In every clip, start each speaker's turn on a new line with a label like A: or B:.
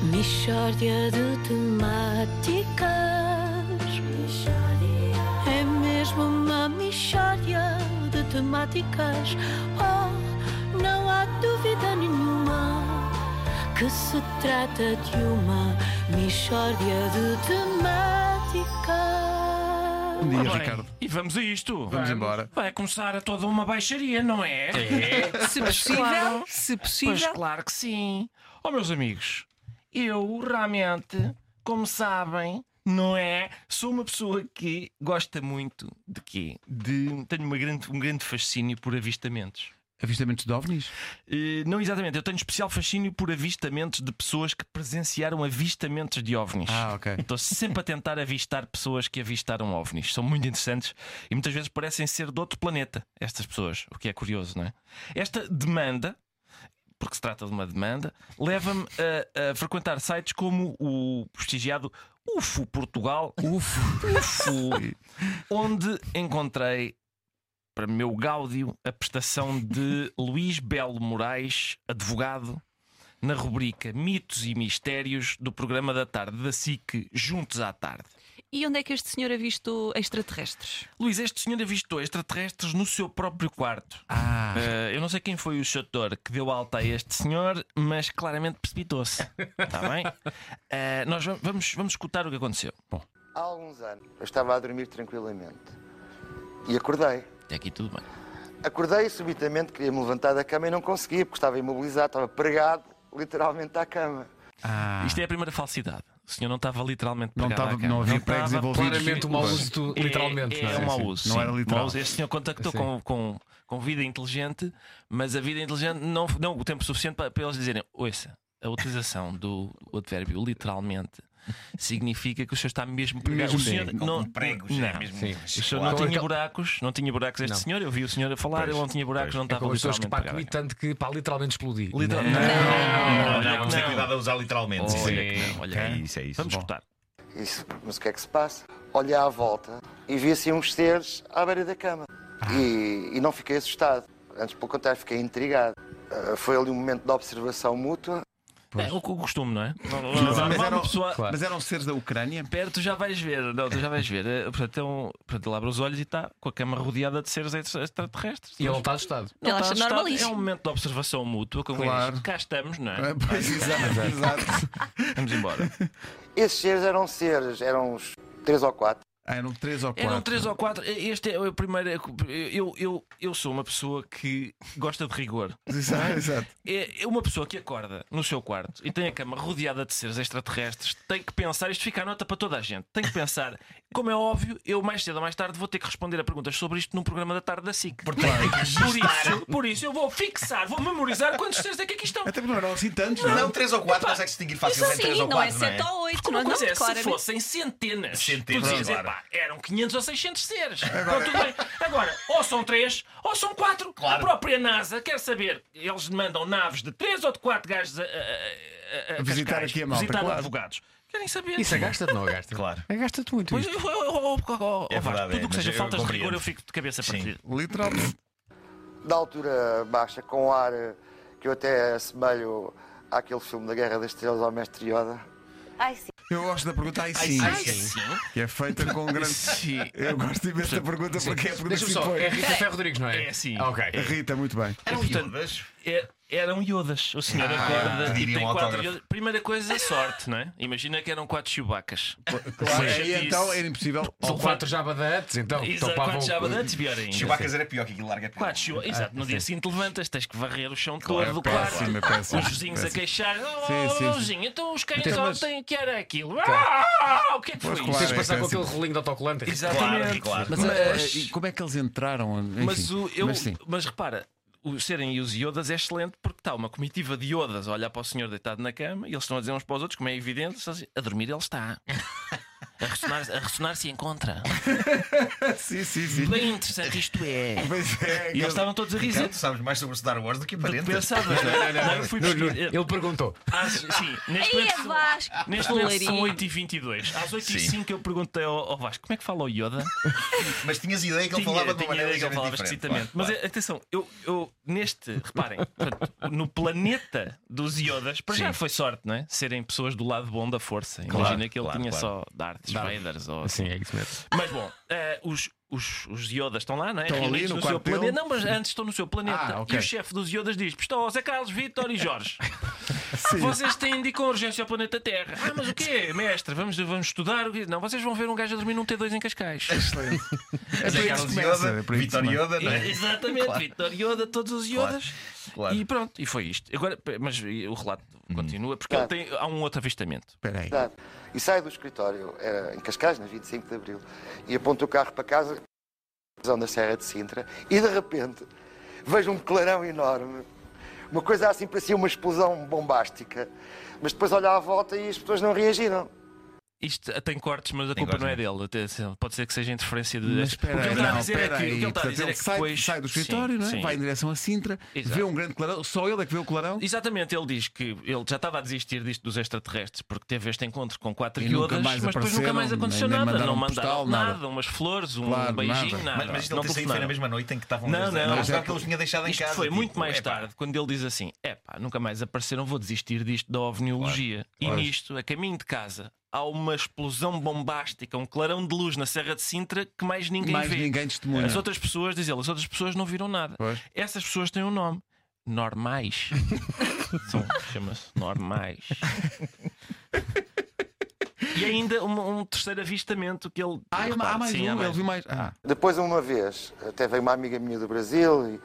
A: Mistória de temáticas. É mesmo uma mistória de temáticas. Oh, não há dúvida nenhuma que se trata de uma mistória de temáticas.
B: Bom dia,
C: Ora bem,
B: Ricardo.
C: E vamos a isto.
B: Vamos embora.
C: Vai começar a toda uma baixaria, não é? É.
D: Se possível,
C: claro.
D: se
C: Pois
D: possível.
C: claro que sim. Oh, meus amigos, eu realmente, como sabem, não é? Sou uma pessoa que gosta muito de quê? De, tenho uma grande, um grande fascínio por avistamentos.
B: Avistamentos de ovnis?
C: Eh, não exatamente, eu tenho especial fascínio por avistamentos de pessoas que presenciaram avistamentos de ovnis.
B: Ah, ok.
C: Estou sempre a tentar avistar pessoas que avistaram ovnis. São muito interessantes e muitas vezes parecem ser de outro planeta, estas pessoas, o que é curioso, não é? Esta demanda, porque se trata de uma demanda, leva-me a, a frequentar sites como o prestigiado UFO Portugal,
B: Ufo.
C: UFO, onde encontrei. Para meu gáudio, a prestação de Luís Belo Moraes, advogado, na rubrica Mitos e Mistérios do programa da tarde da SIC Juntos à Tarde.
D: E onde é que este senhor avistou extraterrestres?
C: Luís, este senhor avistou extraterrestres no seu próprio quarto.
B: Ah,
C: Eh, eu não sei quem foi o chator que deu alta a este senhor, mas claramente precipitou-se. Está bem? Eh, nós va- vamos, vamos escutar o que aconteceu. Bom,
E: Há alguns anos eu estava a dormir tranquilamente e acordei.
C: até aqui tudo bem.
E: Acordei e subitamente queria me levantar da cama e não conseguia porque estava imobilizado, estava pregado literalmente à cama.
B: ah.
C: Isto é a primeira falsidade. O senhor não estava literalmente
B: Não
C: pregado à
B: estava-
C: cama.
B: não havia pregos
C: estava
B: envolvidos.
F: Claramente o mau uso do- literalmente,
C: É,
F: não
C: é
F: é?
C: um
B: Sim,
C: mau
B: sim.
C: uso.
B: Não
C: sim.
B: era literal.
C: Mau uso. Este senhor contactou
F: Sim.
C: com, com, com vida inteligente, mas a vida inteligente não não o tempo suficiente para, para eles dizerem: ouça, a utilização do advérbio literalmente significa que o senhor está mesmo pregado.
B: Mesmo
C: o senhor
B: sim.
C: não, não.
F: Sim.
C: O senhor
F: Claro.
C: não tinha
F: Aquela-
C: buracos, não tinha buracos este
F: Não.
C: senhor. Eu vi o senhor a falar, ele não tinha buracos, não
F: É
C: estava
F: como as pessoas que
C: literalmente
F: pá,
C: pregado.
F: comi tanto que pá, literalmente explodi.
C: Literal-
G: Não, não, vamos ter
C: Não.
G: cuidado a usar literalmente.
C: Olha
G: sim.
C: que não, olha que
G: É
C: não.
G: isso, é isso.
C: Vamos
G: Bom.
C: escutar.
E: Isso, mas o que é que se passa? Olhei à volta e vi assim uns seres à beira da cama. E, e não fiquei assustado. Antes, pelo contrário, fiquei intrigado. Ah, foi ali um momento de observação mútua
C: É o o costume, não é? Normalmente
B: era
C: uma
B: o-
C: pessoa-
F: claro.
B: Mas eram seres da Ucrânia?
C: Pera, tu já vais ver, não, tu já vais ver. Eh, Portanto, é um- portanto, ele abre os olhos e está com a cama rodeada de seres extra- extraterrestres.
F: E ele não está assustado.
C: Não
D: Ele
C: está
D: acha
C: assustado.
D: normalíssimo.
C: É um momento de observação mútua com quem
B: Claro. É.
C: diz, cá estamos, não é?
B: Ah, Pois, exato, exato.
C: Vamos embora.
E: Esses seres eram seres, eram uns três ou quatro.
B: Ah, eram três ou quatro.
C: Eram É três ou quatro. Este é o primeiro. Eu, eu, eu sou uma pessoa que gosta de rigor.
B: Exato, exato.
C: É é uma pessoa que acorda no seu quarto e tem a cama rodeada de seres extraterrestres, tem que pensar, isto fica a nota para toda a gente, tem que pensar, como é óbvio, eu mais cedo ou mais tarde vou ter que responder a perguntas sobre isto num programa da tarde da SIC. Por, isso, por isso eu vou fixar, vou memorizar quantos seres é que aqui estão.
B: Até porque não eram assim tantos, não?
G: Não, três ou quatro, consegue distinguir facilmente
D: Isso
G: três
D: sim,
G: ou
D: não é
G: quatro. não
D: 7 ou 8,
C: Uma
D: não, não
C: coisa é, se
D: claramente.
C: fossem centenas,
G: Centenas,
C: tu dizias,
G: claro.
C: "Epá, eram 500 ou 600 seres. Agora... Tudo bem. Agora, ou são 3 ou são 4. A própria NASA quer saber, eles mandam naves de 3 ou de 4 gajos a, a- a- a- a
B: Visitar
C: Cascais,
B: aqui a malta,
C: visitar
B: claro.
C: advogados. Querem saber.
F: Isso agasta-te, não agasta?
G: Claro.
C: É
F: Agasta-te muito.
C: Pois,
F: isto.
C: eu, eu, eu- eu- eu-
G: É
C: Vasco,
G: verdade,
C: tudo o que seja
G: é, mas
C: faltas
G: eu
C: de
G: compreendo.
C: rigor eu fico de cabeça
G: Sim.
C: partida.
B: Literalmente.
E: da altura baixa, com ar eh, que eu até assemelho àquele filme da Guerra das Estrelas ao Mestre Yoda.
H: Ai, sim.
B: Eu gosto da pergunta ai sim,
C: Ai, sim.
B: que é feita com grande.
C: Sim.
B: Eu gosto imenso da pergunta porque é a pergunta que
F: Deixa-me
B: se
F: só, é
B: põe.
F: Rita Fé Rodrigues, não é?
C: É, sim.
F: Ah, Ok.
B: Rita, muito bem.
G: Eram todas.
C: É- eram iodas. O senhor
G: Ah,
C: acorda e
G: pediria
C: tem
G: um
C: quatro
G: autógrafo.
C: iodas. Primeira coisa, sorte, não é? Imagina que eram quatro chubacas.
B: Claro, aí então era impossível.
F: São quatro jabadantes, então. então
C: Exato,
F: pá,
C: quatro
F: vão-
B: eh,
C: chubacas, pior ainda.
G: Chewbacca's era pior que aquilo larga a
C: Quatro
B: Ah,
C: chuva, exato. No dia seguinte levantas, tens que varrer o chão todo do
B: é péssimo,
C: quarto.
B: é péssimo,
C: os vizinhos
B: péssimo.
C: a queixar. Oh,
B: Sim, sim, sim.
C: vizinho, então os cães
F: Mas-
C: ontem que era aquilo. Ah, o que é que foi
B: Pois,
C: isso?
B: claro.
F: Tens de passar com
B: Claro, é
F: aquele rolinho de autocolante.
C: Exatamente.
G: Claro, claro.
B: Mas,
C: Mas-
B: eh, e como é que eles entraram? Enfim,
C: Mas, o, eu,
B: mas
C: mas,
B: sim.
C: repara, o serem os iodas é excelente porque está uma comitiva de iodas assim, a olhar para o senhor deitado na cama e eles estão a dizer uns para os outros, como é evidente, estão a dizer, a dormir ele está. A ressonar, a ressonar se encontra.
B: Sim, sim, sim.
C: Bem interessante isto é.
B: Pois é,
C: E eles estavam todos a
G: Ricardo,
C: dizer.
G: tu sabes mais sobre Star Wars do que
C: Do que
G: aparenta.
C: pensavas, não é? Não, eu fui
F: Não, não,
C: pesquisar.
F: Ele perguntou.
C: Ah, sim, neste
D: Aí
C: momento
D: é
C: são-
D: Vasco,
C: Neste momento são
D: Polarinho.
C: 8h22. Às 8h05 eu perguntei ao, ao Vasco como é que fala o Yoda.
G: Mas tinhas ideia que ele
C: Tinha-
G: falava de
C: tinha
G: uma maneira
C: ideia que ele falava explicitamente.
G: ligeiramente diferente.
C: Mas
G: Claro,
C: eh, atenção, eu, eu neste, reparem, portanto, no planeta dos iodas, para já
G: Sim.
C: foi sorte, não é? Serem pessoas do lado bom da força. Imagina
G: Claro,
C: que ele
G: claro,
C: tinha
G: claro.
C: só Darth Vaders ou
F: Sim, é isso mesmo.
C: Mas bom, eh, os, os, os iodas estão lá, não é?
B: Estão ali
C: Reunidos
B: no
C: no seu
B: quarto dele.
C: planeta. Não, mas antes estão no seu planeta.
B: Ah, ok.
C: E o chefe dos iodas diz: estão José Carlos, Vitor e Jorge.
B: Sim.
C: Vocês têm de ir com urgência ao planeta Terra. Ah, mas o quê, mestre? Vamos, vamos estudar? o quê?" Não, vocês vão ver um gajo a dormir num T2 em Cascais.
B: Excelente. É por
G: Zé
B: isso que
G: Carlos
B: começa.
G: Yoda,
B: é por isso que
G: Vitor
B: começa.
G: Yoda, não é?
C: Exatamente, Vitor Yoda, todos os Yodas.
G: Claro.
C: E pronto, e foi isto. Agora, p- mas e o relato
B: Uhum.
C: continua, porque ele
E: Claro.
C: tem, há um outro avistamento.
B: Espera aí.
E: Verdade. Tá. E sai do escritório eh, em Cascais, na 25 de Abril, e aponto o carro para casa, visão da Serra de Sintra, e de repente vejo um clarão enorme. Uma coisa assim, parecia uma explosão bombástica. Mas depois olho à volta e as pessoas não reagiram.
C: Isto tem cortes, mas a
G: Tem
C: culpa
G: cortes,
C: não é dele. Atenção, Pode ser que seja interferência de.
B: Mas
C: Porque o
B: espera
C: que
B: aí,
C: ele está a
B: não, espera aí. Portanto,
C: dizer é que- o que ele está a dizer é
B: ele
C: que
B: sai,
C: depois-
B: sai do
C: Sim,
B: escritório, não é?
C: sim.
B: vai em direção a Sintra,
C: Exato.
B: vê um grande clarão, só ele é que vê o clarão.
C: Exatamente, ele diz que ele já estava a desistir disto dos extraterrestres porque teve este encontro com quatro
B: E nunca
C: iodas, mas
B: mais
C: depois nunca
B: apareceram,
C: mais aconteceu
B: nem- nem
C: nada.
B: mandaram um
C: Não mandaram
B: postal,
C: nada,
B: nada.
C: umas flores, um
B: Claro,
C: beijinho,
B: nada.
C: nada.
G: Mas, mas isto
C: não
G: ele ter saído foi
C: telefonaram.
G: na mesma noite em que estavam os
C: Não,
G: dois a-
C: não.
G: mas claro que ele os tinha deixado em
C: Isto
G: casa.
C: foi
G: tipo,
C: muito mais
G: epá,
C: tarde, quando ele diz assim: epá, nunca mais apareceram, vou desistir disto da ovniologia. E nisto, a caminho de casa, há uma explosão bombástica, um clarão de luz na Serra de Sintra que mais ninguém
B: Mais
C: vê.
B: ninguém testemunha.
C: As outras pessoas, diz ele, as outras pessoas não viram nada.
B: Pois.
C: Essas pessoas têm um nome. Normais. São- Chama-se normais. e ainda um, um terceiro avistamento que ele.
B: Ah, há-
C: Repara,
B: há mais
C: sim, há
B: um, ele viu mais. Ah,
E: Depois, uma vez, até veio uma amiga minha do Brasil e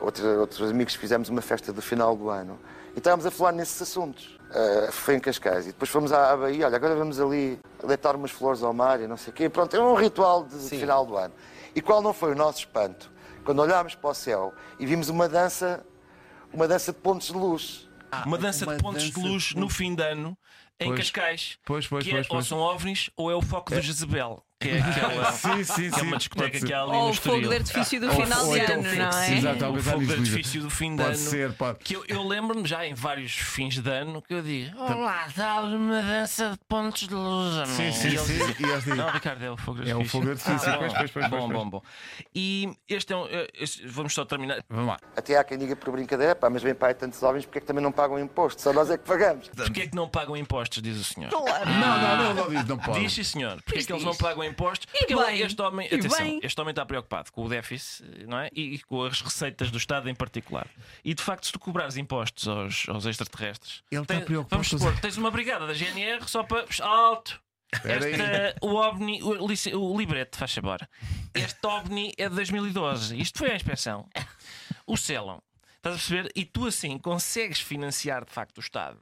E: outra- outros amigos fizemos uma festa do final do ano e estávamos a falar nesses assuntos. Ah, foi em Cascais e depois fomos à, à Bahia. Olha, agora vamos ali deitar umas flores ao mar e não sei o quê. Pronto, é um ritual de final do ano. E qual não foi o nosso espanto quando olhámos para o céu e vimos uma dança, uma dança de pontos de luz?
C: uma dança
B: uma
C: de pontos
B: dança
C: de luz
B: de
C: no fim de ano em
B: Pois.
C: Cascais.
B: Pois, pois,
C: que
B: pois,
C: é,
B: pois.
C: Ou são ovnis ou é o foco do Jezebel. Que é aquela.
B: sim, sim,
C: que é
B: sim.
C: uma
B: Pode
C: discoteca
B: ser.
C: que há ali
D: Ou
C: no
D: o fogo
C: Estoril.
D: de artifício do
B: Ou-
D: final
B: ou
D: de
B: então
D: ano,
B: fogo-
D: não é?
B: Exato,
C: O
B: alguém já
C: fogo
B: diz
C: de
B: isso.
C: artifício do fim de
B: Pode
C: ano.
B: ser, pode.
C: Que eu, eu lembro-me já em vários fins de ano que eu digo: Olá, dá-lhe uma dança de pontos de luz,
B: Tá.
C: amigo.
B: Sim, sim,
C: E eles
B: sim.
C: dizem,
B: E eles dizem,
C: Não, Ricardo, é o fogo de
B: É o
C: artifício.
B: fogo de artifício,
C: Ah,
B: pois,
C: bom,
B: pois, pois,
C: Bom,
B: pois, pois.
C: bom, bom. E este é um. eh, este- vamos só terminar.
B: Vamos lá.
E: Até há quem diga por brincadeira, pá, mas vem para aí tantos homens, porque é que também não pagam imposto? Só nós é que pagamos.
C: Porquê é que não pagam impostos, diz o senhor?
B: Não, não, não, não diz, não pode.
C: Diz sim, senhor. Porque é
D: Diz,
C: que eles
D: diz.
C: não pagam impostos?
D: E
C: Porque ele-
D: bem.
C: este homem,
D: E
C: atenção,
D: bem.
C: este homem está preocupado com o déficit, não é? E, e com as receitas do Estado em particular. E de facto, se tu cobrares impostos aos, aos extraterrestres,
B: Ele está preocupado
C: vamos
B: com os-
C: supor, tens uma brigada da GNR só para alto.
B: Espera aí.
C: Esta, o OVNI, o, lice- o librete, faz favor. Este OVNI é de 2012. Isto foi a inspeção. O selam. Estás a perceber? E tu assim consegues financiar de facto o Estado.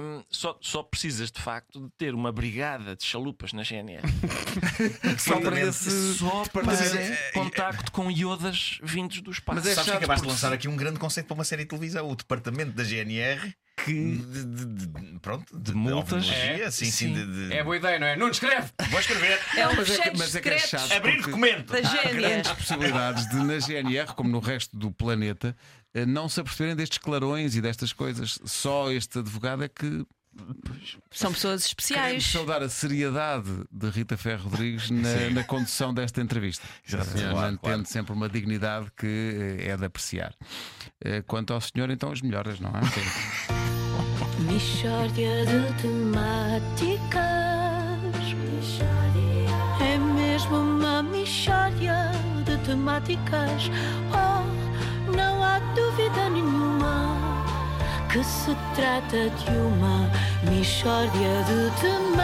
C: Hum, só, só precisas de facto de ter uma brigada de chalupas na GNR.
B: Só para
G: Exatamente.
B: esse.
C: Só para
B: Mas
C: ter um
G: é-
C: contacto com iodas vindos do espaço.
B: Mas é
G: Sabes que
B: chato
G: acabaste de
B: porque-
G: lançar aqui um grande conceito para uma série de televisão, o departamento da GNR.
B: Que...
G: de- de- de- pronto, de,
C: multas.
G: de ovnologia,
C: É.
G: sim, sim,
C: Sim.
G: de, de-
F: É boa ideia, não é? Não escreve!
G: Vou escrever,
D: É um
B: Mas é, que,
D: fecheiro
B: mas é que é
D: secreto
B: chato.
G: abrir
B: porque-
G: documento.
D: da
B: Ah,
D: gênia.
B: grandes possibilidades de, na GNR, como no resto do planeta, eh, não se aperceberem destes clarões e destas coisas. Só este advogado é que
D: São pessoas
B: queremos
D: especiais.
B: saudar a seriedade de Rita Ferro Rodrigues na, na condução desta entrevista.
G: Exatamente,
B: Eh,
G: claro,
B: Mantendo
G: claro.
B: sempre uma dignidade que eh, é de apreciar. Eh, Quanto ao senhor, então as melhoras, não é?
A: Mishória de temáticas. É mesmo uma mishória de temáticas. Oh, não há dúvida nenhuma que se trata de uma mishória de temáticas.